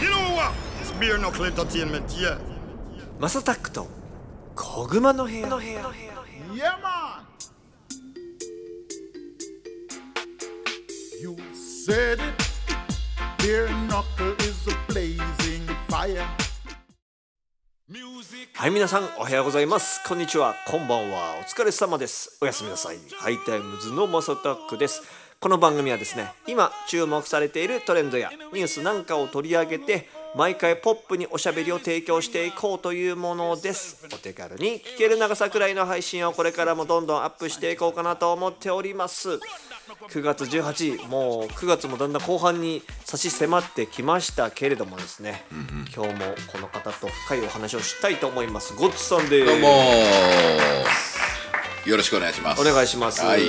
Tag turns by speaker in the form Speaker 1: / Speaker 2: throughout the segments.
Speaker 1: You know what? It's beer knuckle entertainment, yeah.
Speaker 2: マサタックと小熊の部屋の部屋
Speaker 1: Yeah, man. You said it. Beer knuckle is a blazing fire.
Speaker 2: はい皆さんおはようございますこんにちはこんばんはお疲れ様ですおやすみなさいハイタイムズのマサタックですこの番組はですね今注目されているトレンドやニュースなんかを取り上げて毎回ポップにおしゃべりを提供していこうというものですお手軽に聞ける長さくらいの配信をこれからもどんどんアップしていこうかなと思っております9月18もう9月もだんだん後半に差し迫ってきましたけれどもですね、今日もこの方と深いお話をしたいと思いますゴッツさんです
Speaker 3: どうもーよろしくお願いします
Speaker 2: お願いします、、
Speaker 3: はいい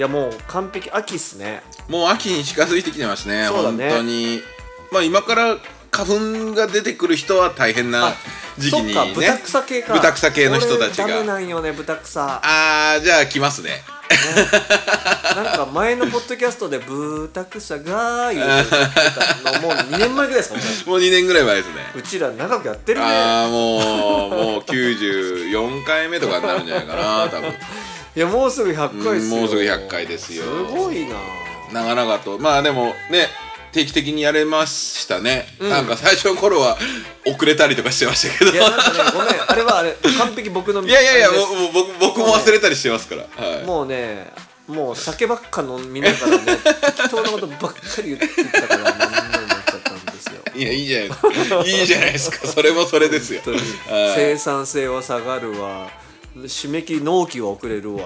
Speaker 2: やもう完璧秋っすね
Speaker 3: もう秋に近づいてきてますね
Speaker 2: そうだね
Speaker 3: 本当にまあ今から花粉が出てくる人は大変な
Speaker 2: あ
Speaker 3: 時期にね
Speaker 2: そっか豚草系か
Speaker 3: 豚草系の人たち
Speaker 2: 俺ダメな
Speaker 3: が
Speaker 2: んよね豚草
Speaker 3: あーじゃあ来ますね
Speaker 2: なんか前のポッドキャストで豚草がー言うてたのもう2年前ぐらいですかね
Speaker 3: もう2年ぐらい前ですね
Speaker 2: うちら長くやってるね
Speaker 3: ああもうもう94回目とかになるんじゃないかな 多分
Speaker 2: いやもうすぐ100回っすよ
Speaker 3: うんもうすぐ100回ですよ
Speaker 2: すごいな
Speaker 3: 長々とまあでもね定期的にやれましたね、なんか最初の頃は遅れたりとかしてましたけど
Speaker 2: いやなんかねごめんあれはあれ完璧僕の
Speaker 3: いやいやいや、
Speaker 2: あれです
Speaker 3: もうもう僕僕も忘れたりしてますから。はい。
Speaker 2: もうねもう酒ばっか飲みながらね適当なことばっかり言ってたからもうみんなになっちゃったんですよ
Speaker 3: いやいいじゃないですか。いいじゃないですか。それもそれですよ。
Speaker 2: 本当に
Speaker 3: はい
Speaker 2: 生産性は下がるわ締め切り納期は遅れるわ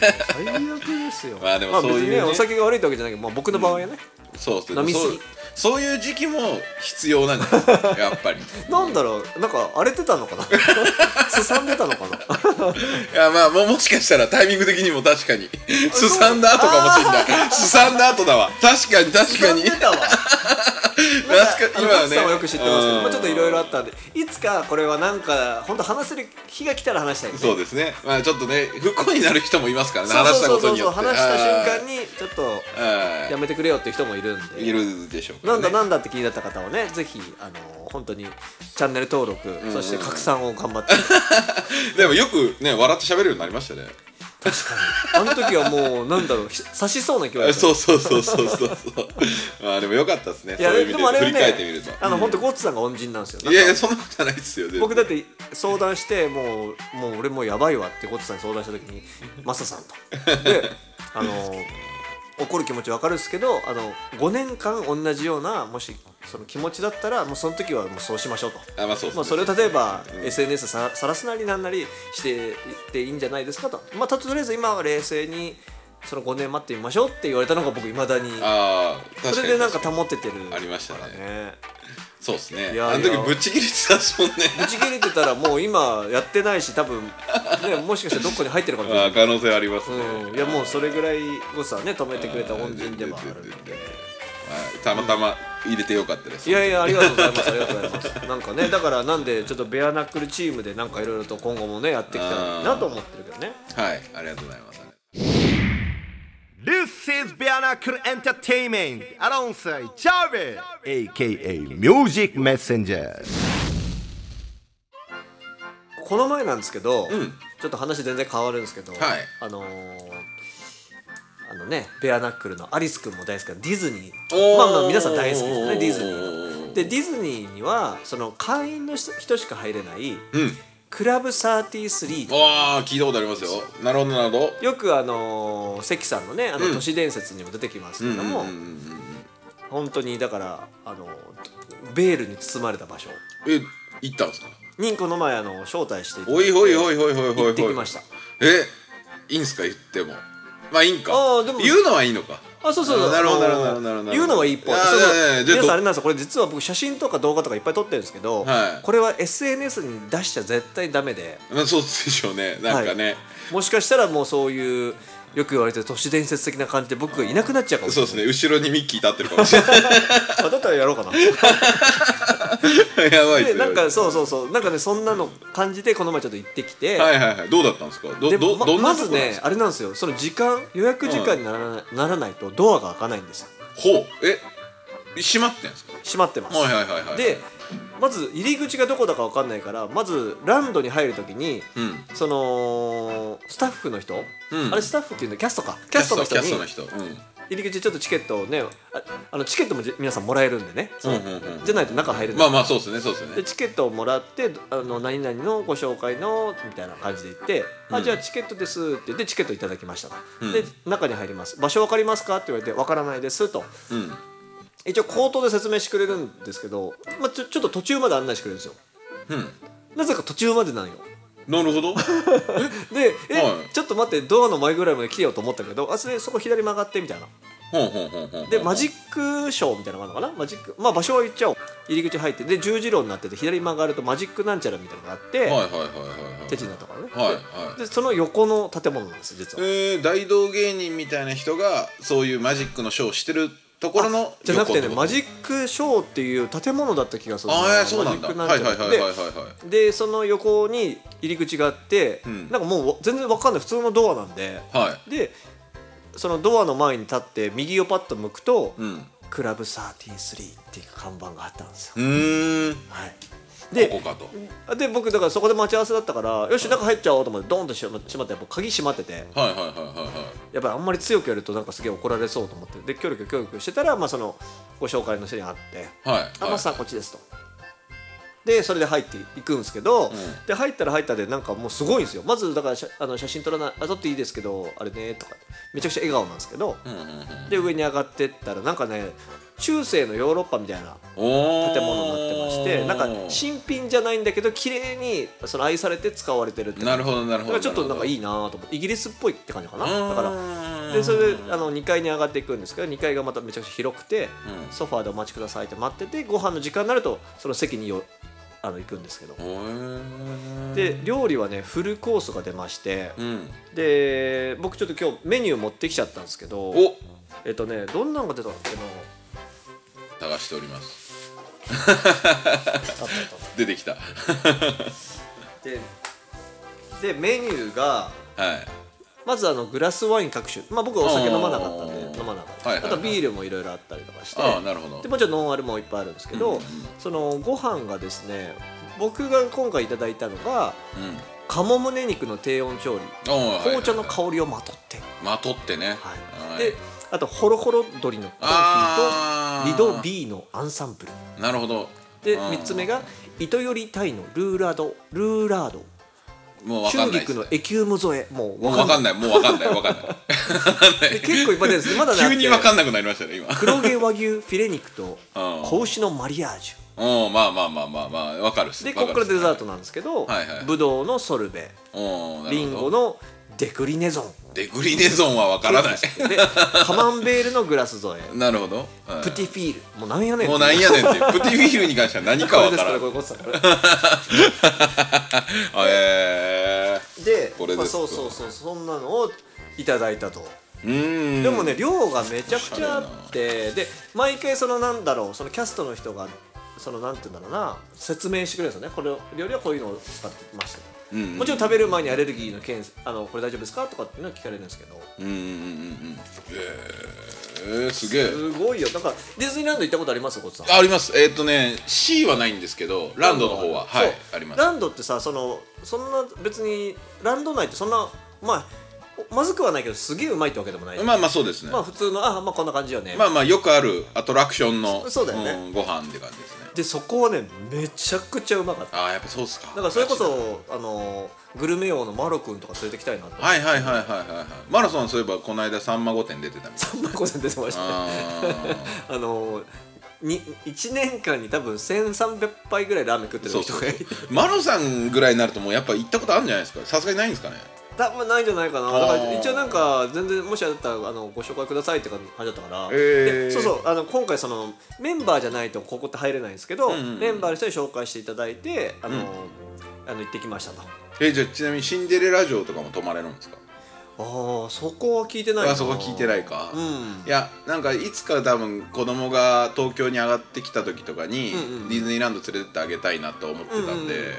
Speaker 2: 最悪ですよ
Speaker 3: まあでもそういうね
Speaker 2: 別にお酒が悪いってわけじゃないけど、まあ、僕の場合はね、
Speaker 3: そうですね。
Speaker 2: 飲みすぎ
Speaker 3: そうそういう時期も必要なんじゃ ないですか。やっぱり。い
Speaker 2: なんだろうなんか荒れてたのかな すさんでたのかな
Speaker 3: やまあもうもしかしたらタイミング的にも確かにすさんだ後かもしれない。すさんだ後だわ。確かに確かに。
Speaker 2: すさんで たわ
Speaker 3: 確かに
Speaker 2: 今
Speaker 3: 今
Speaker 2: は
Speaker 3: は
Speaker 2: ね
Speaker 3: ね。
Speaker 2: さんはよく知ってますけ
Speaker 3: う
Speaker 2: ど、
Speaker 3: ん
Speaker 2: まあ、ちょっといろいろあったんでいつかこれはなんか本当話せる日が来たら話したいね
Speaker 3: そうですね。まあちょっとね不幸になる人もいますからね。
Speaker 2: そう
Speaker 3: 話した
Speaker 2: そ
Speaker 3: こ
Speaker 2: うそ
Speaker 3: と
Speaker 2: う
Speaker 3: に
Speaker 2: そ
Speaker 3: よ
Speaker 2: う
Speaker 3: って。
Speaker 2: 話した瞬間にちょっと
Speaker 3: 間
Speaker 2: やめてくれよっていう人もいるんで
Speaker 3: いるでしょうか
Speaker 2: な
Speaker 3: ら
Speaker 2: ん
Speaker 3: ね。
Speaker 2: だなんだって気になった方はねぜひあの本当にチャンネル登録、そして拡散を頑張って
Speaker 3: でもよくね笑って喋れるようになりましたね。
Speaker 2: あの時はもうなんだろうひ刺しそうな気が
Speaker 3: あ
Speaker 2: する
Speaker 3: そうそうそうそうそうそうまあでもよかったですねそういう意味で振り返ってみると
Speaker 2: あの本当ゴッツさんが恩人なんですよ
Speaker 3: いやい
Speaker 2: な
Speaker 3: や
Speaker 2: んか
Speaker 3: そんなことはないですよ全然
Speaker 2: 僕だって相談してもうもう俺もうやばいわってゴッツさんに相談した時にマサさんとであの怒る気持ちわかるんですけどあの5年間同じようなもしその気持ちだったらもうその時はもうそうしましょうと
Speaker 3: あまあそうっすね
Speaker 2: まあ、それを例えば SNS ささらすなりなんなりしていっていいんじゃないですかと、まあ、たとりあえず今は冷静にその5年待ってみましょうって言われたのが僕いまだに
Speaker 3: ああ確かに
Speaker 2: それでなんか保ててる
Speaker 3: ありましたね
Speaker 2: からね
Speaker 3: そうですね
Speaker 2: いや
Speaker 3: あの
Speaker 2: い
Speaker 3: 時
Speaker 2: や
Speaker 3: ぶっちぎれてたっすもんね
Speaker 2: 打ち切れてたらもう今やってないし多分、ね、もしかしたらどっかに入ってるかもしれな
Speaker 3: まあ
Speaker 2: い、
Speaker 3: 可能性はありますね、
Speaker 2: うん、いやもうそれぐらい誤差ね止めてくれた恩人ではあるんで
Speaker 3: 全然全然全然はいたまたま入れてよかったです
Speaker 2: いやいやありがとうございますありがとうございますなんかねだからなんでちょっとベアナックルチームでなんかいろいろと今後もねやっていきたいなと思ってるけどね
Speaker 3: はいありがとうございます
Speaker 4: This is Bianacle Entertainment alongside Javi, aka Music Messenger.
Speaker 2: この前なんですけど、ちょっと話全然変わるんですけど、
Speaker 3: はい
Speaker 2: あのーあのねベアナックルのアリス君も大好きなディズニー
Speaker 3: おー
Speaker 2: まあまあ皆さん大好きですねディズニー
Speaker 3: おー
Speaker 2: のでディズニーにはその会員の人しか入れない、
Speaker 3: ん
Speaker 2: クラブ33
Speaker 3: わあ聞いたことありますよなるほどなるほど
Speaker 2: よくあのー関さんのねあの都市伝説にも出てきますけども、本当にだからあのベールに包まれた場所
Speaker 3: え行ったんですか
Speaker 2: にこの前あの招待していただ
Speaker 3: お
Speaker 2: いて
Speaker 3: いおいおいおいおいおいおい
Speaker 2: 行ってきました
Speaker 3: えいいんすか言ってもまあいいんか
Speaker 2: あーでも
Speaker 3: 言うのはいいのか
Speaker 2: あそうそうそう
Speaker 3: なるほど
Speaker 2: あ
Speaker 3: なる
Speaker 2: の
Speaker 3: ほどなるほどなるほど
Speaker 2: 言うのはいいっぽい
Speaker 3: あー
Speaker 2: そう
Speaker 3: いやいやい
Speaker 2: そう
Speaker 3: やじ
Speaker 2: 皆
Speaker 3: ゃあ
Speaker 2: さん
Speaker 3: ど
Speaker 2: あれなんですよこれ実は僕写真とか動画とかいっぱい撮ってるんですけど、
Speaker 3: はい
Speaker 2: これは SNS に出しちゃ絶対ダメで
Speaker 3: まあ、そうでしょうねなんかね、
Speaker 2: もしかしたらもうそういうよく言われてる都市伝説的な感じで僕がいなくなっちゃうかもし
Speaker 3: そう
Speaker 2: れ
Speaker 3: で
Speaker 2: ない
Speaker 3: すね後ろにミッキー立ってるかもし れない
Speaker 2: あだったらやろうかな
Speaker 3: やばいっ
Speaker 2: です
Speaker 3: ね
Speaker 2: なんかそうそうそうなんかねそんなの感じでこの前ちょっと行ってきて、
Speaker 3: はいはいはいどうだったんですかど
Speaker 2: で
Speaker 3: ど、
Speaker 2: ま
Speaker 3: どんな
Speaker 2: ま
Speaker 3: と
Speaker 2: ず
Speaker 3: こなんで
Speaker 2: ね
Speaker 3: すか
Speaker 2: あれなんですよその時間予約時間にならな,、ならないとドアが開かないんですよ
Speaker 3: ほうえ閉まってんですか
Speaker 2: 閉まってます、
Speaker 3: はいはいはいはい
Speaker 2: でまず入り口がどこだか分かんないからまずランドに入るときに、
Speaker 3: うん
Speaker 2: そのスタッフの人、
Speaker 3: うん
Speaker 2: あれスタッフっていうんだキャストかキ
Speaker 3: キ
Speaker 2: ャ
Speaker 3: ャ
Speaker 2: ス
Speaker 3: ス
Speaker 2: ト
Speaker 3: ト
Speaker 2: の
Speaker 3: の
Speaker 2: 人
Speaker 3: 人
Speaker 2: に
Speaker 3: うん
Speaker 2: 入り口でちょっとチケットをねああのチケットもじ皆さんもらえるんでね、
Speaker 3: うんうんうん
Speaker 2: じゃないと中入れない
Speaker 3: まあまあそうですねそうです
Speaker 2: で
Speaker 3: ね
Speaker 2: チケットをもらってあの何々のご紹介のみたいな感じで言って、
Speaker 3: う
Speaker 2: あ
Speaker 3: ん
Speaker 2: じゃあチケットですって言ってチケットいただきましたと、
Speaker 3: うん
Speaker 2: で中に入ります場所分かりますかって言われて分からないですと
Speaker 3: うん
Speaker 2: 一応口頭で説明してくれるんですけど、まあ、ちょちょっと途中まで案内してくれるんですよ
Speaker 3: うん
Speaker 2: なぜか途中までなんよ
Speaker 3: なるほど
Speaker 2: でえ、
Speaker 3: はい
Speaker 2: ちょっと待ってドアの前ぐらいまで来てよと思ったけどあそれそこ左曲がってみたいな
Speaker 3: ほんほんほんほん
Speaker 2: でマジックショーみたいなのがあるのかなマジックまあ場所は言っちゃおう入り口入ってで十字路になってて左曲がるとマジックなんちゃらみたいなのがあって、
Speaker 3: はいはいはいはいはい
Speaker 2: 手品とかね、
Speaker 3: はいはい
Speaker 2: でその横の建物なんですよ実は
Speaker 3: えー、大道芸人みたいな人がそういうマジックのショーをしてるところの
Speaker 2: じゃなくてね
Speaker 3: 横
Speaker 2: マ
Speaker 3: っ
Speaker 2: ジックショーっていう建物だった気がする
Speaker 3: ああーそうなんだ
Speaker 2: マジッ
Speaker 3: はい
Speaker 2: ク
Speaker 3: は
Speaker 2: ん
Speaker 3: い
Speaker 2: ちゃら
Speaker 3: はいはい
Speaker 2: で
Speaker 3: はいはい
Speaker 2: でその横に入り口があって、
Speaker 3: うん
Speaker 2: なんかもう全然わかんない普通のドアなんで
Speaker 3: はい
Speaker 2: でそのドアの前に立って右をパッと向くと「
Speaker 3: うんう
Speaker 2: クラブ133」っていう看板があったんですよ、
Speaker 3: ーん
Speaker 2: はいで
Speaker 3: ここかと
Speaker 2: で僕だからそこで待ち合わせだったからよし中入っちゃおうと思ってドーンと閉ま閉まってやっぱ鍵閉まってて
Speaker 3: はいはいはいはいはい
Speaker 2: やっぱりあんまり強くやるとなんかすげえ怒られそうと思ってでキョロキョロキョロキョロしてたら、まあ、そのご紹介の人に会って
Speaker 3: はい
Speaker 2: 「あ
Speaker 3: はい
Speaker 2: マスターこっちです」と。でそれで入っていくんですけど、
Speaker 3: ん
Speaker 2: で入ったら入ったでなんかもうすごいんですよまずだから写あの写真撮らないあ撮っていいですけどあれねとかめちゃくちゃ笑顔なんですけど、
Speaker 3: うんうんうん
Speaker 2: で上に上がってったらなんかね中世のヨーロッパみたいな
Speaker 3: おー
Speaker 2: 建物になってましてなんか新品じゃないんだけど綺麗にその愛されて使われてるって
Speaker 3: なるほどな
Speaker 2: だ
Speaker 3: るほ
Speaker 2: か
Speaker 3: ど
Speaker 2: らちょっとなんかい
Speaker 3: い
Speaker 2: いなと思ってイギリスっぽいって感じかなだから
Speaker 3: ら
Speaker 2: でそれであの2階に上がっていくんですけど2階がまためちゃくちゃ広くて、
Speaker 3: うん
Speaker 2: ソファーでお待ちくださいって待っててご飯の時間になるとその席によあの行くんですけど、で料理はねフルコースが出まして、
Speaker 3: うん
Speaker 2: で僕ちょっと今日メニュー持ってきちゃったんですけど
Speaker 3: お
Speaker 2: えっとねどんなのが出たんだっけな
Speaker 3: 探しております
Speaker 2: あったあったあっ
Speaker 3: 出てきたは
Speaker 2: たででメニューが
Speaker 3: い
Speaker 2: まずあのグラスワイン各種、まあ、僕はお酒飲まなかったんで
Speaker 3: おー
Speaker 2: 飲まなかった、
Speaker 3: はいはいはい
Speaker 2: あとビールもいろいろあったりとかして
Speaker 3: ああなるほど
Speaker 2: でもちろんノンアルもいっぱいあるんですけど、
Speaker 3: うんうん
Speaker 2: そのご飯がですね僕が今回いただいたのが
Speaker 3: うん
Speaker 2: 鴨胸肉の低温調理
Speaker 3: おーはいはい
Speaker 2: 紅茶の香りをまとって、
Speaker 3: まとってね
Speaker 2: はい
Speaker 3: はい
Speaker 2: であとホロホロ鶏のコンフィ
Speaker 3: あ
Speaker 2: と
Speaker 3: ー
Speaker 2: リドビーのアンサンブル
Speaker 3: なるほど
Speaker 2: で
Speaker 3: うん
Speaker 2: 3つ目が糸よりタイのルーラードルーラード
Speaker 3: もうわか
Speaker 2: 春
Speaker 3: んないで
Speaker 2: 菊
Speaker 3: す
Speaker 2: のエキューム添えもう
Speaker 3: もう
Speaker 2: わ
Speaker 3: わ
Speaker 2: か
Speaker 3: か
Speaker 2: ん
Speaker 3: ん
Speaker 2: ない
Speaker 3: ないもうわかんないわかんない
Speaker 2: で結構いっぱい出るんですねまだね
Speaker 3: 急にわ
Speaker 2: あっ
Speaker 3: か
Speaker 2: て
Speaker 3: んなくなりましたね今
Speaker 2: 黒毛和牛フィレ肉と
Speaker 3: うん
Speaker 2: 子牛のマリアージュ
Speaker 3: うんまあまあまあまあまあわかるっす
Speaker 2: で
Speaker 3: わ
Speaker 2: ここからデザー
Speaker 3: る
Speaker 2: トなんですけど、
Speaker 3: はいはい
Speaker 2: ぶどうのソルベ
Speaker 3: っすうんなるほど
Speaker 2: リンゴのデクリネゾン
Speaker 3: デグリネゾンはわからない
Speaker 2: でカマンベールのグラス添 え
Speaker 3: なるほどうん
Speaker 2: プティフィールもうなんやねん
Speaker 3: もうなんやねんっていうプティフィールに関しては何か
Speaker 2: これ
Speaker 3: わ
Speaker 2: です
Speaker 3: か
Speaker 2: からら
Speaker 3: ん
Speaker 2: これこれこれこれ
Speaker 3: え
Speaker 2: で
Speaker 3: これです
Speaker 2: まあ、そうそうそうそんなのをいただいたと、
Speaker 3: ーうーん
Speaker 2: でもね量がめちゃくちゃあってで毎回そのなんだろうそのキャストの人がそのなんて言うんだろうな説明してくれるんですよねこれを料理はこういうのを使ってました
Speaker 3: うんうん
Speaker 2: もちろん食べる前にアレルギーの検査あのこれ大丈夫ですかとかっていうのは聞かれるんですけど
Speaker 3: うんうんうんうんうんえーすげえ
Speaker 2: すごいよなんかディズニーランド行ったことありますごつさん
Speaker 3: あありますえっ、とね C はないんですけどランドの方はは
Speaker 2: そう
Speaker 3: いあります
Speaker 2: ランドってさそのそんな別にランド内ってそんなまあおまずくはないけどすげえうまいってわけでもない、ま
Speaker 3: まあまあそうですね、
Speaker 2: あ、普通のあまあこんな感じよね、
Speaker 3: まあまあよくあるアトラクションの
Speaker 2: そそうだよね
Speaker 3: んご飯って感じですね
Speaker 2: でそこはねめちゃくちゃうまかった
Speaker 3: ああやっぱそうっすか
Speaker 2: だからそれこそあのグルメ王のマロ君とか連れてきたいなって
Speaker 3: はいはいはいはいはいはいマラソンそういえばこの間さんま御殿出てたみたい
Speaker 2: 3万5000出てましたね
Speaker 3: あ
Speaker 2: あのに1年間に多分1300杯ぐらいラーメン食ってる
Speaker 3: ーそう
Speaker 2: 人
Speaker 3: そう
Speaker 2: がいて
Speaker 3: マロさんぐらいになるともうやっぱ行ったことあるんじゃないですかさすがにないんですかね
Speaker 2: 多分ないんじゃないかな
Speaker 3: あ
Speaker 2: だ
Speaker 3: ー
Speaker 2: から一応なんか全然もしあったらあのご紹介くださいって感じだったから、
Speaker 3: へー
Speaker 2: でそうそうあの今回そのメンバーじゃないとここって入れないんですけど、
Speaker 3: んうんうん
Speaker 2: メンバーの人に紹介していただいてあの、
Speaker 3: うん
Speaker 2: あの行ってきましたと
Speaker 3: えじゃあちなみにシンデレラ城とかも泊まれるんですか
Speaker 2: ああそこは聞いてないな
Speaker 3: あそこ聞いてないか、
Speaker 2: うん
Speaker 3: いやなんかいつか多分子供が東京に上がってきた時とかに、
Speaker 2: うんうん
Speaker 3: ディズニーランド連れてってあげたいなと思ってたんで、
Speaker 2: うんうん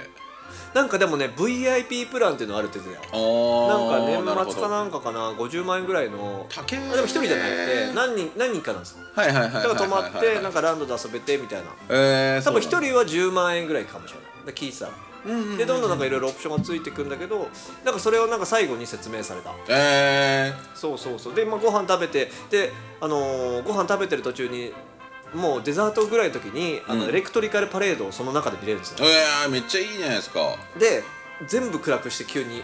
Speaker 2: なんかでもね VIP プランっていうのあるって言ってたよなんか年末かなんかかな50万円ぐらいのあ
Speaker 3: 高
Speaker 2: で
Speaker 3: え
Speaker 2: も一人じゃなくて何人何人かなんですよ
Speaker 3: はいはいはいはい
Speaker 2: だ
Speaker 3: はい
Speaker 2: から泊まってなん
Speaker 3: か
Speaker 2: かランドで遊べてみたいな
Speaker 3: えー
Speaker 2: 多分一
Speaker 3: そうなんだ
Speaker 2: 人は10万円ぐらいかもしれないで聞いてたらでどんどんなんかいろいろオプションがついてくんだけどなんかそれをなんか最後に説明された
Speaker 3: え
Speaker 2: そうそうそうで、まあ、ご飯食べてで、あのーご飯食べてる途中にもうデザートぐらいの時にあの、
Speaker 3: うん
Speaker 2: エレクトリカルパレードをその中で見れるんです
Speaker 3: ー、
Speaker 2: よ
Speaker 3: えー、めっちゃいいじゃないですか
Speaker 2: で全部暗くして急に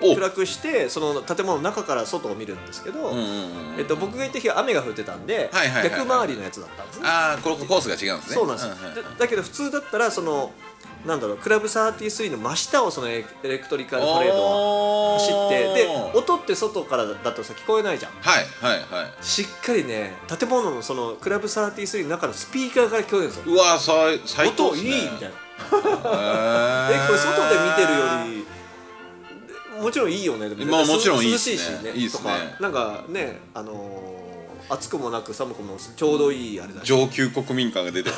Speaker 3: お
Speaker 2: 暗くしてその建物の中から外を見るんですけど、
Speaker 3: うんうんうん
Speaker 2: えっと、僕が行った日は雨が降ってたんで、
Speaker 3: はいはいはいはい
Speaker 2: 逆回りのやつだったんですね
Speaker 3: ああこのコースが違うんですね
Speaker 2: そうなんですよ、
Speaker 3: はい
Speaker 2: だだけど普通だったらそのなんだろうクラブ33の真下をそのエレエレクトリカルパレードは
Speaker 3: おー
Speaker 2: 走ってで音って外からだとさ聞こえないじゃん
Speaker 3: はいはいはい
Speaker 2: しっかりね建物のそのクラブ33の中のスピーカーから聞こえるんですよ
Speaker 3: うわ最最高
Speaker 2: 音
Speaker 3: っ
Speaker 2: い
Speaker 3: す
Speaker 2: い
Speaker 3: ね
Speaker 2: みたいな
Speaker 3: な
Speaker 2: えこれ外で見てるよりでもちろんいいよねで
Speaker 3: まあもちろんいいっ
Speaker 2: 涼
Speaker 3: す
Speaker 2: しい
Speaker 3: ね
Speaker 2: しね
Speaker 3: いいっすね
Speaker 2: とかなんかねあのー暑くもなく寒くもちょうどいいあれだし
Speaker 3: 上級国民感 が出てる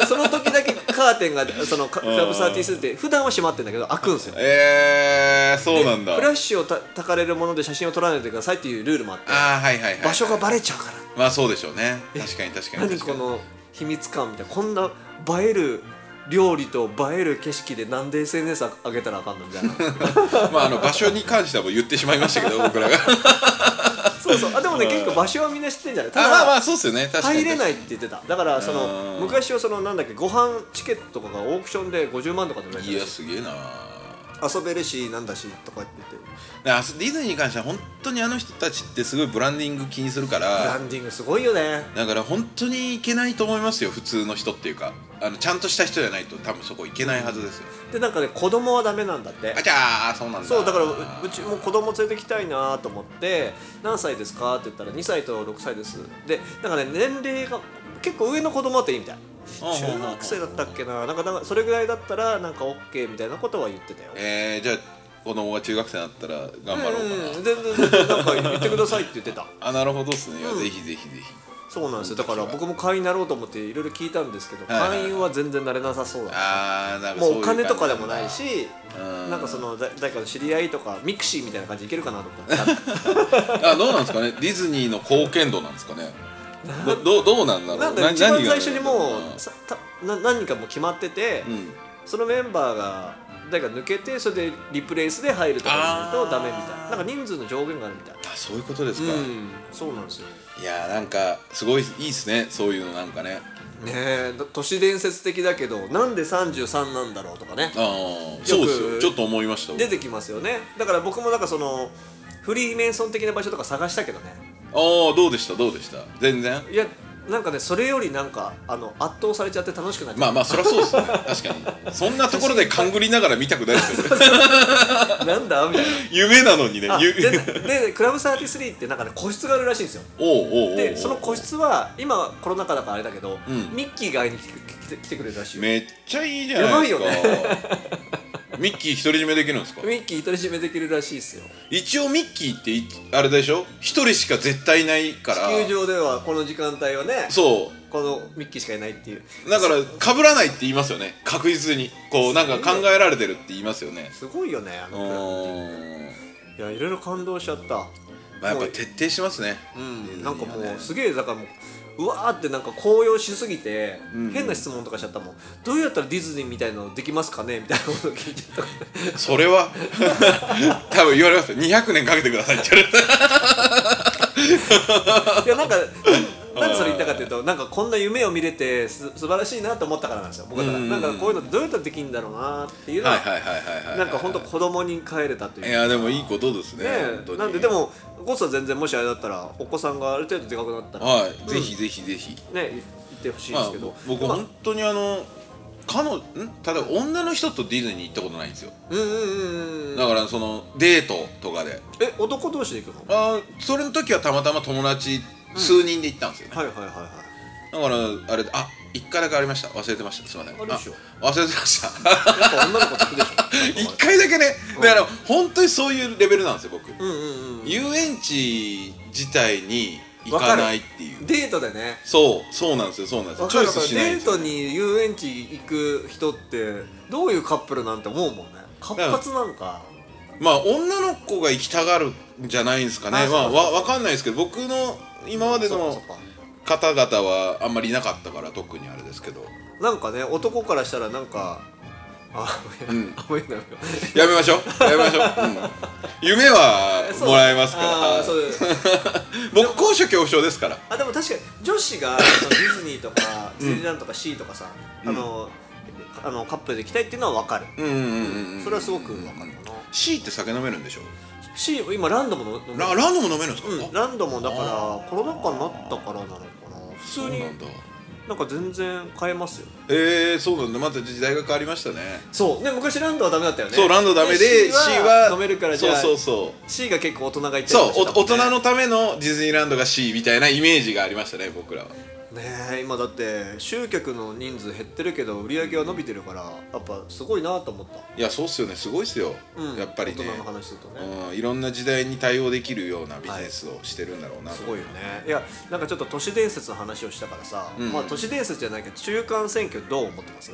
Speaker 2: でその時だけカーテンがそのカクラブ33って普段は閉まってんだけど開くんですよ
Speaker 3: えー、そうなんだ
Speaker 2: フラッシュをたたかれるもので写真を撮らないでくださいっていうルールもあって
Speaker 3: ああはいはいはい
Speaker 2: 場所がバレちゃうから
Speaker 3: まあそうでしょうね確かに確かに
Speaker 2: 何
Speaker 3: 確か
Speaker 2: こ
Speaker 3: に
Speaker 2: の秘密感みたいなこんな映える料理と映える景色でなんで SNS 上げたらあかんのみ たいな
Speaker 3: まああの場所に関してはもう言ってしまいましたけど僕らが
Speaker 2: そうそうあでもね結構場所はみんな知ってんじゃないた
Speaker 3: あ
Speaker 2: だ
Speaker 3: まあまあそうっすよね確かに
Speaker 2: 入れないって言ってただからその
Speaker 3: うん
Speaker 2: 昔はそのなんだっけご飯チケットとかがオークションで50万とかで売られて
Speaker 3: い
Speaker 2: る
Speaker 3: や
Speaker 2: し
Speaker 3: すげえな
Speaker 2: 遊べるしなんだしとかって言って
Speaker 3: あディズニーに関しては本当にあの人たちってすごいブランディング気にするか
Speaker 2: ブラ
Speaker 3: ら
Speaker 2: ンディングすごいよね
Speaker 3: だから本当にいけないと思いますよ普通の人っていうかあのちゃんとした人じゃないと多分そこいけないは ずですよ
Speaker 2: でなんかね子供はダメなんだって
Speaker 3: あちゃーそうなんだ
Speaker 2: そうだからううちも子供連れてきたいなと思って「何歳ですか?」って言ったら「2歳と6歳です」でなんかね年齢が結構上の子供っていいみたい
Speaker 3: うんうんうん
Speaker 2: 中学生だったっけななんかなんかそれぐらいだったらなんか OK みたいなことは言ってたよ
Speaker 3: えー、じゃあ子供が中学生になったら頑張ろうかな、
Speaker 2: うん全然全然なんか言ってくださいって言ってた
Speaker 3: あなるほどっすね、いや
Speaker 2: うん
Speaker 3: ぜひぜひぜひ
Speaker 2: そうなんですよだから僕も会員になろうと思っていろいろ聞いたんですけど
Speaker 3: はいはいはい
Speaker 2: 会員は全然なれなさそうだ
Speaker 3: ああなんか
Speaker 2: も
Speaker 3: そう
Speaker 2: う
Speaker 3: い
Speaker 2: お
Speaker 3: 感じ
Speaker 2: 金とかでもないし
Speaker 3: うん
Speaker 2: なんかそのだ誰かの知り合いとかミクシーみたいな感じでいけるかなと思った
Speaker 3: あどうなんですかねディズニーの貢献度なんですかねどどうどうなんだろう
Speaker 2: なん
Speaker 3: な
Speaker 2: だ一番
Speaker 3: 何が
Speaker 2: 最初にもうさたな何人かもう決まってて、
Speaker 3: うんうん
Speaker 2: そのメンバーが誰か抜けてそれでリプレイスで入るとかじゃないとダメみたいな
Speaker 3: あー
Speaker 2: なんか人数の上限があるみたい
Speaker 3: あそういうことですか、
Speaker 2: な、うん、そうなんですよね
Speaker 3: いやーなんかすごいいいっすねそういうのなんかね
Speaker 2: えだ都市伝説的だけどなんで33なんだろうとかね
Speaker 3: ああそうですよちょっと思いました
Speaker 2: 出てきますよねだから僕もなんかそのフリーメイソン的な場所とか探したけどね
Speaker 3: ああどうでしたどうでした全然
Speaker 2: いやなんかねそれよりなんかあの圧倒されちゃって楽しくなっちゃった
Speaker 3: まあまあそりゃそうっ すね確かにそんなところで勘ぐりながら見たくないですよね
Speaker 2: なんだみたいな
Speaker 3: 夢なの にね
Speaker 2: あ
Speaker 3: ゆ
Speaker 2: ででクラブ33ってなんかね個室があるらしいんですよ
Speaker 3: おうおうおう
Speaker 2: でその個室は今コロナ禍だからあれだけど、
Speaker 3: うん
Speaker 2: ミッキーが会いに来て来て来てくれるらしいよ
Speaker 3: めっちゃいいじゃないですか
Speaker 2: やばい
Speaker 3: ミッキー独り占めできるんですか
Speaker 2: ミッキー独り占めできるらしいですよ
Speaker 3: 一応ミッキーっていあれでしょ一人しか絶対いないから
Speaker 2: 地球上ではこの時間帯はね
Speaker 3: そ
Speaker 2: このミッキーしかいないっていう
Speaker 3: うだから被らないって言いますよね確実にこうなんか考えられてるって言いますよね
Speaker 2: すごいよねあ
Speaker 3: う
Speaker 2: のクラ
Speaker 3: ーん
Speaker 2: ブいやいろいろ感動しちゃった
Speaker 3: まあやっぱ徹底しますね
Speaker 2: うんなんかも
Speaker 3: ね
Speaker 2: うすげえだからもううわーってなんか高揚しすぎて、
Speaker 3: うん
Speaker 2: 変な質問とかしちゃったもんどうやったらディズニーみたいのできますかねみたいなこと聞いちゃった
Speaker 3: それは 多分言われますよ200年かけてくださいって言われる
Speaker 2: いや なんかなんでそれ言ったかっていうとなんかこんな夢を見れてす素晴らしいなと思ったからなんですよ僕はだから
Speaker 3: うんうん
Speaker 2: な
Speaker 3: うん
Speaker 2: んかこういうのってどうやったらできるんだろうなっていうのは,、
Speaker 3: はいはいはいはいはいはい
Speaker 2: なんか本当子供に帰れたというか
Speaker 3: いやでもいいことですね
Speaker 2: ね
Speaker 3: 本当に
Speaker 2: なんででもこそ全然もしあれだったらお子さんがある程度でかくなったらね
Speaker 3: はい、ぜひぜひぜひ
Speaker 2: 行ってほしいで
Speaker 3: ますあ
Speaker 2: けど、
Speaker 3: 僕
Speaker 2: まあ
Speaker 3: 本当にあの彼女ん例えば女の人とディズニー行ったことないんですよ
Speaker 2: うんうんうんうん
Speaker 3: だからそのデートとかで
Speaker 2: え男同士で行くの
Speaker 3: あーそれの時はたまたま友達数人で行ったんですよね、
Speaker 2: はいはいはいはい
Speaker 3: だからあれあ一回だけありました忘れてましたすいません
Speaker 2: あるでしょ
Speaker 3: あ忘れてました
Speaker 2: やっぱ女の子と行くでしょ
Speaker 3: 一回だけねだから本当にそういうレベルなんですよ僕、
Speaker 2: うんうんうん
Speaker 3: 遊園地自体に行かないっていう
Speaker 2: デートでね
Speaker 3: そうそうなんですよそうなんですよ
Speaker 2: 分
Speaker 3: チ
Speaker 2: か
Speaker 3: ョ
Speaker 2: る
Speaker 3: イ
Speaker 2: 分か
Speaker 3: ス
Speaker 2: る
Speaker 3: しないん
Speaker 2: デー
Speaker 3: ですよ
Speaker 2: トに遊園地行く人ってどういうカップルなんて思うもんね活発なんか
Speaker 3: まあ女の子が行きたがるんじゃないんですかね
Speaker 2: あそう
Speaker 3: ま
Speaker 2: か
Speaker 3: あわわかんないですけど僕の今まで
Speaker 2: そっか
Speaker 3: の
Speaker 2: そっか
Speaker 3: 方々はあんまりいなかったから特にあれですけど
Speaker 2: なんかね男からしたらなんかあ、
Speaker 3: ん
Speaker 2: ごめんなさい
Speaker 3: やめましょうやめましょう、うん夢は
Speaker 2: えそう
Speaker 3: もらえますか
Speaker 2: あー
Speaker 3: ら
Speaker 2: そうです
Speaker 3: 僕高所恐怖症ですから
Speaker 2: あでも確かに女子がそのディズニーとかディズニーランドとかシーとかさ、あのあのカップルで行きたいっていうのは分かる、
Speaker 3: うんうんうんうん
Speaker 2: それはすごく分かるかな、
Speaker 3: C って酒飲めるんでしょ
Speaker 2: シー今ランドも飲む
Speaker 3: ラランドも飲めるんですか、
Speaker 2: うん、
Speaker 3: あ
Speaker 2: ランドもだからコロナ禍になったからなのかな普通
Speaker 3: そう
Speaker 2: に
Speaker 3: なんだ
Speaker 2: なんか全然買えますよ
Speaker 3: えー、そうなんだまた時代が変わりましたね
Speaker 2: そうね昔ランドはダメだったよね
Speaker 3: そうランドダメで C は
Speaker 2: 飲めるからじゃあ
Speaker 3: そうそうそう
Speaker 2: C が結構大人が行って
Speaker 3: そう、お大人
Speaker 2: の
Speaker 3: のためのディズニーランドが C みたいなイメージがありましたね僕らは
Speaker 2: ねえ今だって集客の人数減ってるけど売り上げは伸びてるからやっぱすごいなと思った
Speaker 3: いやそうっすよねすごいっすよ、
Speaker 2: うん
Speaker 3: やっぱりね
Speaker 2: 大人の話するとね、
Speaker 3: うん、いろんな時代に対応できるようなビジネスをしてるんだろうな、
Speaker 2: すごいよねいやなんかちょっと都市伝説の話をしたからさ、
Speaker 3: ん
Speaker 2: まあ都市伝説じゃないけど中間選挙どう思ってます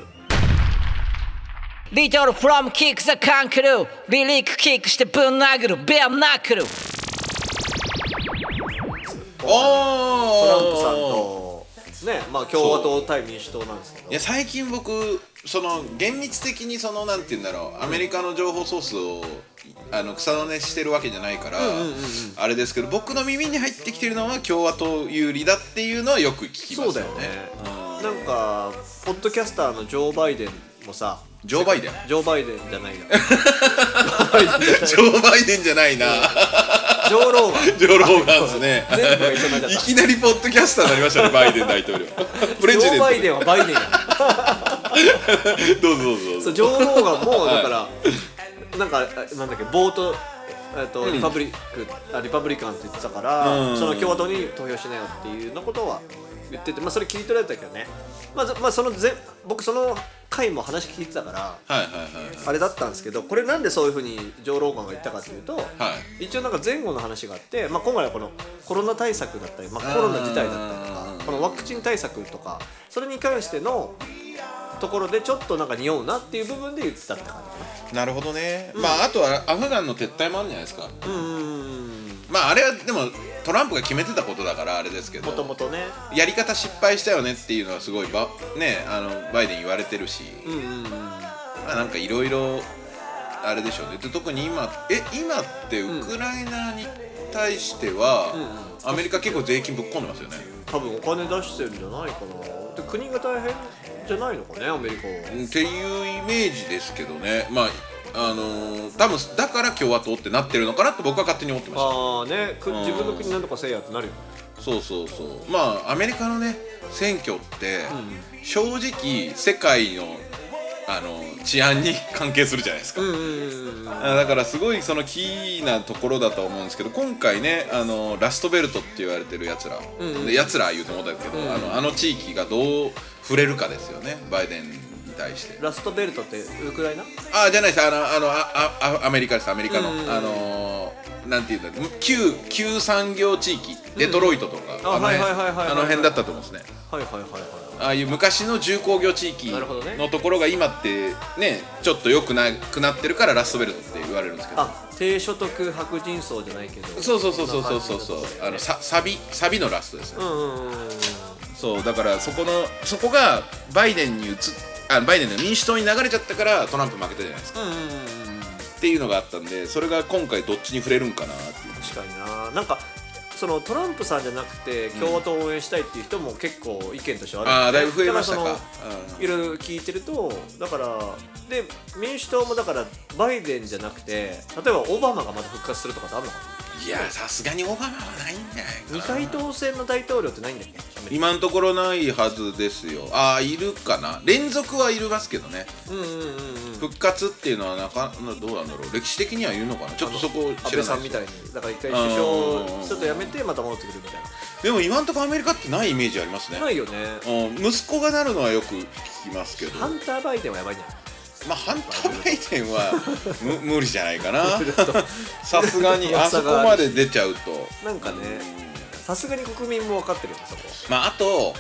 Speaker 5: Little from kick the kangaroo リリックキックしてぶん殴るベアナックル
Speaker 2: ト
Speaker 3: ああ
Speaker 2: ランプさんとねまあ共和党対民主党なんですけど
Speaker 3: いや最近僕その厳密的にそのなんて言うんだろうアメリカの情報ソースをあの草の根してるわけじゃないから、あれですけど僕の耳に入ってきてるのは共和党有利だっていうのはよく聞きます
Speaker 2: そ
Speaker 3: よね
Speaker 2: うだよね、なんかポッドキャスターのジョー・バイデンもさ
Speaker 3: ジョー・バイデン
Speaker 2: ジョー・バイデンじゃないよ
Speaker 3: ジョー・バイデンじゃないな、
Speaker 2: ジョー・ローガン
Speaker 3: ジョー・ローガンですね
Speaker 2: 全部が一緒になっちゃっ
Speaker 3: い
Speaker 2: た
Speaker 3: きなりポッドキャスターになりましたねバイデン大 統領プレ
Speaker 2: ジ
Speaker 3: ジ
Speaker 2: ョ
Speaker 3: デ
Speaker 2: ー・
Speaker 3: ント
Speaker 2: バイデンはバイデンや
Speaker 3: どうぞどうぞどう
Speaker 2: そう
Speaker 3: ぞ
Speaker 2: ジョー・ローガンもだから、なんかあなんだっけ冒頭えっとリパブリックあリパブリカンって言ってたから、
Speaker 3: うん
Speaker 2: その共和党に投票しなよっていうようなことは言っててまあそれ切り取られたけどねまあ、そまあ、その前僕その回も話聞いてたから
Speaker 3: はいはいはい
Speaker 2: あれだったんですけどこれなんでそういうふうにジョー・ローガンが言ったかというと、
Speaker 3: い
Speaker 2: 一応なんか前後の話があって、まあ、今回はこのコロナ対策だったり、まあ、コロナ自体だったりと
Speaker 3: うんうんうん
Speaker 2: かこのワクチン対策とかそれに関してのところでちょっとなんか匂うなっていう部分で言ってたって感
Speaker 3: なるほどね、まああとはアフガンの撤退もあるんじゃないですか
Speaker 2: じうー
Speaker 3: まああれはでもトランプが決めてたことだからあれですけど
Speaker 2: んもともとね
Speaker 3: やり方失敗したよねっていうのはすごいば、ね、あのバイデン言われてるし、
Speaker 2: うんうんうん
Speaker 3: まあ、なんかいろいろあれでしょうねで特に今え今ってウクライナに対しては、アメリカ結構税金ぶっ込んでますよね
Speaker 2: 多分お金出してるんじゃないかなで国が大変じゃないのかねアメリカは
Speaker 3: っていうイメージですけどねまああのー多分だから共和党ってなってるのかなって僕は勝手に思ってました
Speaker 2: ああねく
Speaker 3: ん
Speaker 2: 自分の国なんとかせいやってなるよね
Speaker 3: そうそうそうまあアメリカのね選挙って、正直世界のあの治安に関係するじゃないですか、
Speaker 2: うんうんうん
Speaker 3: あだからすごいそのキーなところだと思うんですけど今回ねあのラストベルトって言われてるやつら、でやつら言うと思ったけど、あのあの地域がどう触れるかですよねバイデンに対して
Speaker 2: ラストベルトってウクライナ
Speaker 3: あじゃないですあのあのあああアメリカですアメリカの、あのーなんていうんだろう旧旧産業地域デトロイトとか、
Speaker 2: あ
Speaker 3: あの辺
Speaker 2: はいはいはいはいはい
Speaker 3: あの辺だったと思うんですね
Speaker 2: はいはいはいはい
Speaker 3: ああいう昔の重工業地域
Speaker 2: なるほどね
Speaker 3: のところが今ってねちょっと良くなくなってるからラストベルトって言われるんですけど
Speaker 2: あ低所得白人層じゃないけど
Speaker 3: そうそうそうそうそうそうそうあの
Speaker 2: そ
Speaker 3: さサビサビのラストですね、
Speaker 2: うんうんうんうん
Speaker 3: そうだからそこのそこがバイデンに移っあバイデンの民主党に流れちゃったからトランプ負けたじゃないですか、
Speaker 2: うんうんうん
Speaker 3: っていうのがあったんでそれが今回どっちに触れるんかなっていう
Speaker 2: 確かにななんかそのトランプさんじゃなくて共和党を応援したいっていう人も結構意見としてはあ
Speaker 3: ああ
Speaker 2: る
Speaker 3: だいぶ増えましたか
Speaker 2: だらそのいろいろ聞いてるとだからで民主党もだからバイデンじゃなくて例えばオバマがまた復活するとかってあるのか
Speaker 3: うんいやさすがにオバマはないんじゃない
Speaker 2: 2
Speaker 3: かな
Speaker 2: 回当選の大統領ってないんだっけアメリ
Speaker 3: 今のところないはずですよああいるかな連続はいるますけどね
Speaker 2: カうんうんうんうん
Speaker 3: 復活っていうのはなかなどうなんだろう歴史的にはいるのかなちょっとそこ
Speaker 2: 安
Speaker 3: 知
Speaker 2: 倍
Speaker 3: らな
Speaker 2: さ
Speaker 3: い
Speaker 2: んみ
Speaker 3: です
Speaker 2: たいにだから一回首相をちょっとやめてまた戻ってくるみたい
Speaker 3: でも今のところアメリカってないイメージありますね
Speaker 2: なないよね
Speaker 3: うん息子がなるのはよく聞きますけど
Speaker 2: ハンター・バイデンはやばいんじゃない
Speaker 3: まあハンター・バイデ ンはむ無理じゃないかなさすがにあそこまで出ちゃうと
Speaker 2: なんかねさすがに国民も分かってるよねそこ
Speaker 3: まああと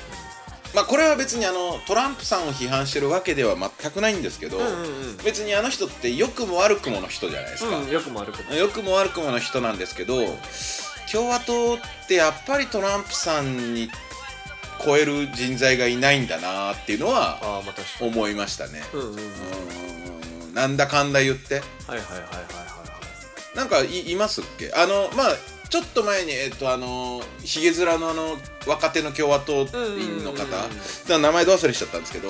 Speaker 3: まあこれは別にあのトランプさんを批判してるわけでは全くないんですけど、別にあの人って良くも悪くもの人じゃないですか、
Speaker 2: うんよくもあること
Speaker 3: 良くも悪くもの人なんですけど共和党ってやっぱりトランプさんに超える人材がいないんだなっていうのは
Speaker 2: ああまあ確かに
Speaker 3: 思いましたね、
Speaker 2: うんうんうん
Speaker 3: うんなんだかんだ言って
Speaker 2: はいはいはいはいはい
Speaker 3: なんかいいますっけあのまあちょっと前にえっとあのひげ面のあの若手の共和党員の方だから名前ど忘れしちゃったんですけど、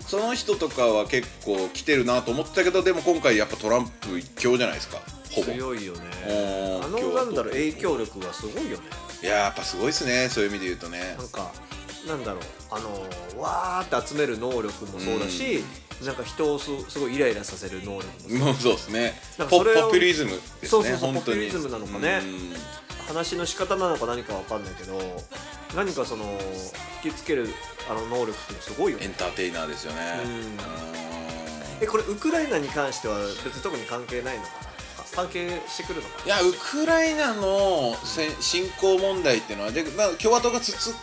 Speaker 3: その人とかは結構来てるなと思ったけどでも今回やっぱトランプ一強じゃないですかほぼ
Speaker 2: 強いよね
Speaker 3: おー
Speaker 2: あのなんだろう影響力はすごいよね
Speaker 3: いやーやっぱすごいですねそういう意味で言うとね
Speaker 2: なんかなんだろうあのーわーって集める能力もそうだし、なんか人をすすごいイライラさせる能力も
Speaker 3: もうそうですね
Speaker 2: なんかそ
Speaker 3: ポ
Speaker 2: れを
Speaker 3: ポピュリズムですね
Speaker 2: そうそうそう
Speaker 3: 本当に
Speaker 2: ポピュリズムなのかね
Speaker 3: うん
Speaker 2: 話の仕方なのか何かわかんないけど何かその引きつけるあの能力ってすごいよ
Speaker 3: エ
Speaker 2: ね
Speaker 3: ンターテイナーですよね
Speaker 2: うん
Speaker 3: うーん
Speaker 2: えこれウクライナに関しては別に特に関係ないのかなあ関係してくるのか
Speaker 3: いやウクライナの戦侵攻問題っていうのはでまあ共和党がつつ
Speaker 2: な、
Speaker 3: く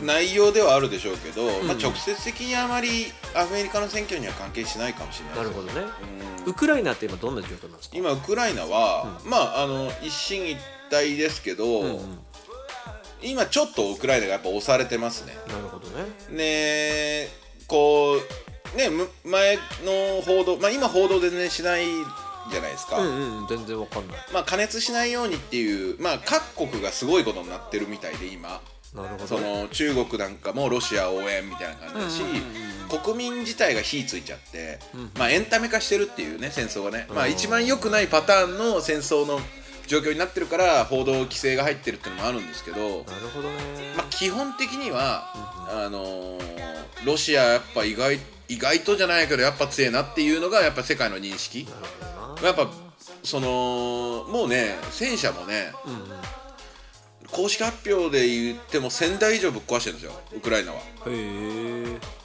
Speaker 2: うん、
Speaker 3: 内容ではあるでしょうけど、まあ、
Speaker 2: うん
Speaker 3: 直接的にあまりアメリカの選挙には関係しないかもしれない
Speaker 2: な
Speaker 3: で
Speaker 2: る
Speaker 3: す
Speaker 2: ほ
Speaker 3: よ
Speaker 2: どね
Speaker 3: うん
Speaker 2: ウクライナって今どんな状況なんですか
Speaker 3: 今ウクライナは、まああの一進一退ですけど、
Speaker 2: うんうん
Speaker 3: 今ちょっとウクライナがやっぱ押されてますね
Speaker 2: なるほどね
Speaker 3: ねこうねむ前の報道まあ今報道全然しないじゃないですか、
Speaker 2: うんうん全然わかんない
Speaker 3: まあ加熱しないようにっていうまあ各国がすごいことになってるみたいで今
Speaker 2: なるほ
Speaker 3: そ
Speaker 2: どね
Speaker 3: の中国なんかもロシア応援みたいな感じだし、国民自体が火ついちゃって、まあエンタメ化してるっていうね戦争がね、まあ一番良くないパターンの戦争の状況になってるから報道規制が入ってるっていうのもあるんですけど、
Speaker 2: なるほどね
Speaker 3: まあ、基本的には、あのーロシアやっぱ意外意外とじゃないけどやっぱ強えなっていうのがやっぱ世界の認識
Speaker 2: なるほどな
Speaker 3: やっぱそのもうね戦車もね、公式発表で言っても1000台以上ぶっ壊してるんですよウクライナは
Speaker 2: へえ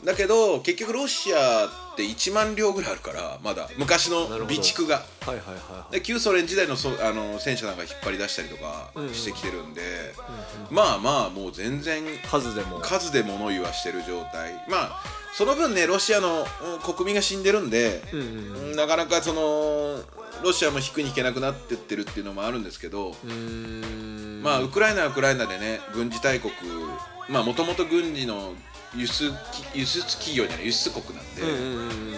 Speaker 3: だけど結局ロシアって1万両ぐらいあるからまだ昔の
Speaker 2: なるほ
Speaker 3: 備
Speaker 2: ど
Speaker 3: 蓄が
Speaker 2: はいはいはいはい
Speaker 3: で旧ソ連時代のそあの戦車なんか引っ張り出したりとかしてきてるんで、まあまあもう全然
Speaker 2: 数でも
Speaker 3: 数で物言わしてる状態まあその分ねロシアのうん国民が死んでるんで、なかなかそのロシアも引くに引けなくなってってるっていうのもあるんですけど、まあウクライナはウクライナでね軍事大国まあもともと軍事の輸出き輸出企業じゃない輸出国なんで、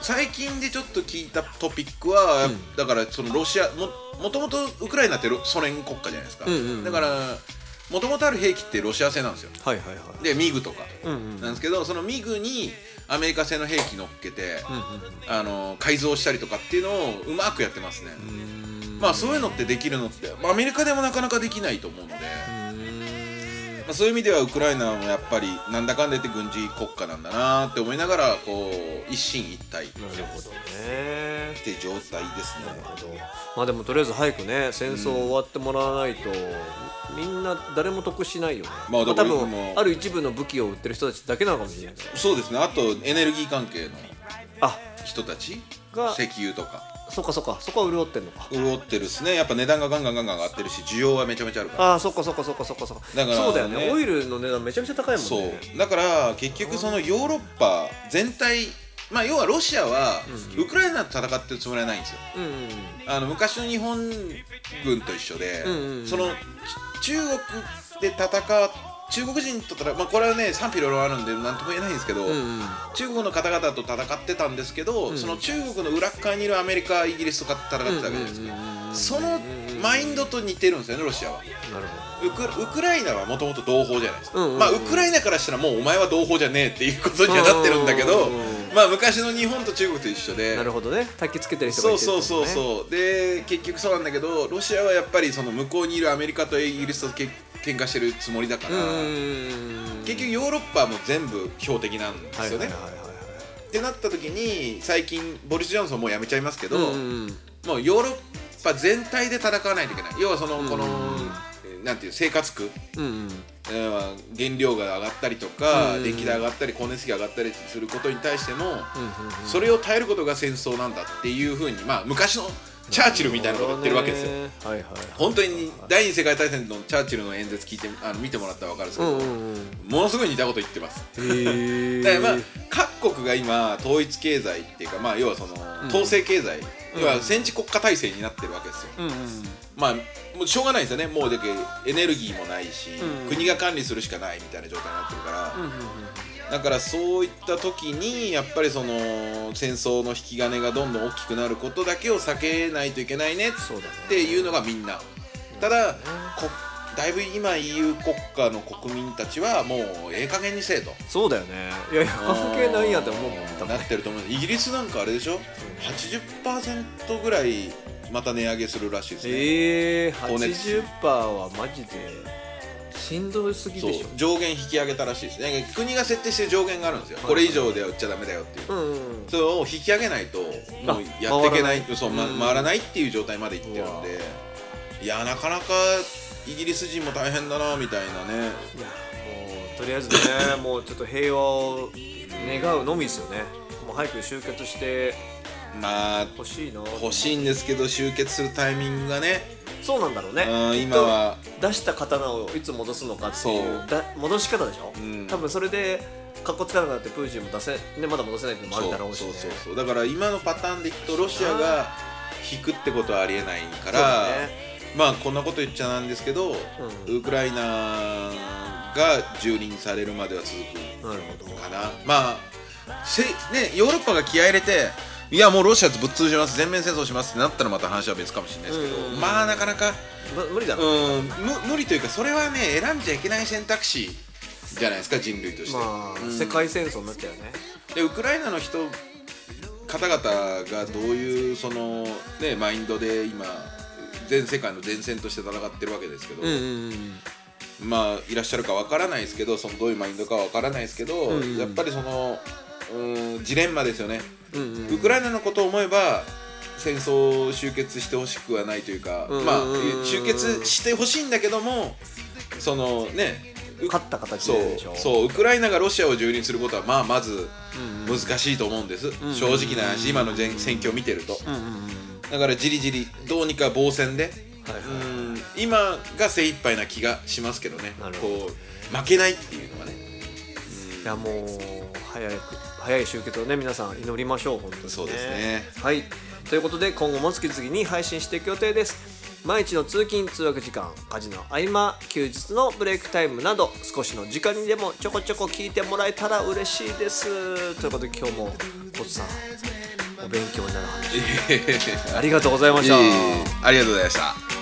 Speaker 3: 最近でちょっと聞いたトピックは、だからそのロシアももともとウクライナってロソ連国家じゃないですか、だからもともとある兵器ってロシア製なんですよ
Speaker 2: はいはいはい
Speaker 3: でミグとかなんですけど、そのミグにアメリカ製の兵器乗っけて、あの改造したりとかっていうのをうまくやってますねまあそういうのってできるのってまあアメリカでもなかなかできないと思うのでまあ、そういう意味ではウクライナもやっぱりなんだかんだ言って軍事国家なんだなって思いながらこう一進一退っ
Speaker 2: なるほどね
Speaker 3: て状態ですね
Speaker 2: まあでもとりあえず早くね戦争終わってもらわないと、みんな誰も得しないよね、
Speaker 3: まあだ
Speaker 2: 多
Speaker 3: から僕も
Speaker 2: 分ある一部の武器を売ってる人たちだけなのかもしれないけど
Speaker 3: そうですねあとエネルギー関係の
Speaker 2: あ
Speaker 3: 人たち
Speaker 2: が
Speaker 3: 石油とか
Speaker 2: そっかそっかそこは潤ってんのか
Speaker 3: 潤ってるですねやっぱ値段がガンガンガンガン上がってるし需要はめちゃめちゃあるから
Speaker 2: ああそっかそっかそっかそっかそっか
Speaker 3: だから
Speaker 2: そうだよね
Speaker 3: ね
Speaker 2: オイルの値段めちゃめちゃ高いもんね
Speaker 3: そうだから結局そのヨーロッパ全体まあ要はロシアはウクライナと戦ってるつもりはないんですよ
Speaker 2: うんうん
Speaker 3: あの昔の日本軍と一緒で、
Speaker 2: んうん
Speaker 3: そのち中国で戦う中国人と戦う、まあ、これはね賛否両論あるんで何とも言えないんですけど、
Speaker 2: うん
Speaker 3: 中国の方々と戦ってたんですけど、その中国の裏っ側にいるアメリカイギリスとか戦ってたわけじゃないですか、そのマインドと似てるんですよねロシアは。
Speaker 2: なるほ
Speaker 3: ウクウクライナはもともと同胞じゃないですか、
Speaker 2: うんうんうん
Speaker 3: まあ、ウクライナからしたらもうお前は同胞じゃねえっていうことにはなってるんだけど、
Speaker 2: うんうん
Speaker 3: まあ、昔の日本と中国と一緒で
Speaker 2: どなるほどね焚きつけてる人がいて
Speaker 3: そう
Speaker 2: るって
Speaker 3: そう
Speaker 2: こと
Speaker 3: そ
Speaker 2: ね
Speaker 3: うそうで結局そうなんだけどロシアはやっぱりその向こうにいるアメリカとイギリスとけ喧嘩してるつもりだから、
Speaker 2: うん
Speaker 3: 結局ヨーロッパはもう全部標的なんです
Speaker 2: はい
Speaker 3: よ
Speaker 2: は
Speaker 3: ね。
Speaker 2: いはいはいはい
Speaker 3: ってなった時に最近ボリス・ジョンソンもうやめちゃいますけど、
Speaker 2: うん
Speaker 3: もうヨーロッパ全体で戦わないといけない要はそのこの、なんていう生活苦
Speaker 2: うん
Speaker 3: うん原料が上がったりとか、電気代上がったり光熱費が上がったりすることに対しても、それを耐えることが戦争なんだっていうふうにまあ昔のチャーチルみたいなこと言ってるわけですよ
Speaker 2: ねはいはい
Speaker 3: 本当に第二次世界大戦のチャーチルの演説聞いてあの見てもらったら分かるんですけど、ものすごい似たこと言ってます
Speaker 2: へ
Speaker 3: でまあ、各国が今統一経済っていうか、まあ、要はその統制経済、要は戦時国家体制になってるわけですよ、まあもうしょうがないんですよねもうだけエネルギーもないし、国が管理するしかないみたいな状態になってるから、だからそういった時にやっぱりその戦争の引き金がどんどん大きくなることだけを避けないといけないね
Speaker 2: そうだね
Speaker 3: っていうのがみんなただこだいぶ今 EU 国家の国民たちはもうええ加減にせえと。
Speaker 2: そうだよねいやいや関係ないやって思ったもん
Speaker 3: なってると思うイギリスなんかあれでしょ80%ぐらいまた値上げするらしいですね、
Speaker 2: ええ
Speaker 3: 光熱費
Speaker 2: 80%はマジでしんどすぎ
Speaker 3: そう
Speaker 2: でしょ
Speaker 3: 上限引き上げたらしいですね国が設定してる上限があるんですよこれ以上では売っちゃダメだよっていう、
Speaker 2: うんうん
Speaker 3: それを引き上げないともうやっていけないそう、ま回らないっていう状態までいってるんでいやなかなかイギリス人も大変だなみたいな
Speaker 2: い
Speaker 3: ね
Speaker 2: やもうとりあえずねもうちょっと平和を願うのみですよねもう早く集結して
Speaker 3: まあ
Speaker 2: ほしいな
Speaker 3: 欲しいんですけど集結するタイミングがね
Speaker 2: そうなんだろうね
Speaker 3: うん
Speaker 2: きっと
Speaker 3: 今は
Speaker 2: 出した刀をいつ戻すのかっていう
Speaker 3: そう
Speaker 2: だ戻し方でしょ、
Speaker 3: うん
Speaker 2: 多分それでかっこつかなくなってプーチンも出せ、ね、まだ戻せないってのもあるだろうし、
Speaker 3: そ
Speaker 2: ね、
Speaker 3: うそうそうそうだから今のパターンでいくとロシアが引くってことはありえない
Speaker 2: そう
Speaker 3: から
Speaker 2: だね
Speaker 3: まあこんなこと言っちゃなんですけど、
Speaker 2: うん
Speaker 3: ウクライナが蹂躙されるまでは続
Speaker 2: なるほど
Speaker 3: くかなまあせ、ね、ヨーロッパが気合い入れていやもうロシアぶっ通じます全面戦争しますってなったらまた話は別かもしれないですけど、
Speaker 2: うん
Speaker 3: まあなかなか、
Speaker 2: む無理だ
Speaker 3: う
Speaker 2: ろう、
Speaker 3: ん、む無理というかそれはね選んじゃいけない選択肢じゃないですか人類として。
Speaker 2: まあ、世界戦争になっちゃうよね
Speaker 3: でウクライナの人方々がどういうその、ね、マインドで今全世界の前線として戦ってるわけですけど、まあいらっしゃるかわからないですけどそのどういうマインドかわからないですけど、やっぱりそのうんジレンマですよね、ウクライナのことを思えば戦争を終結してほしくはないというか、まあ終結してほしいんだけどもそのねう
Speaker 2: 勝った形
Speaker 3: そう
Speaker 2: ででしょ
Speaker 3: そうウクライナがロシアを蹂躙することはまあまず難しいと思うんです、正直な話今の戦戦況を見てると、だからじりじりどうにか防戦で、うん今が精一杯な気がしますけどね
Speaker 2: なるほど
Speaker 3: こう負けないっていうのはね
Speaker 2: いやもう早く早い集結をね皆さん祈りましょう本当に、ね、
Speaker 3: そうですね
Speaker 2: はいということで今後も月々に配信していく予定です毎日の通勤通学時間家事の合間休日のブレイクタイムなど少しの時間にでもちょこちょこ聞いてもらえたら嬉しいですということで今日もコツさん お勉強になる話ありがとうございました
Speaker 3: ありがとうございました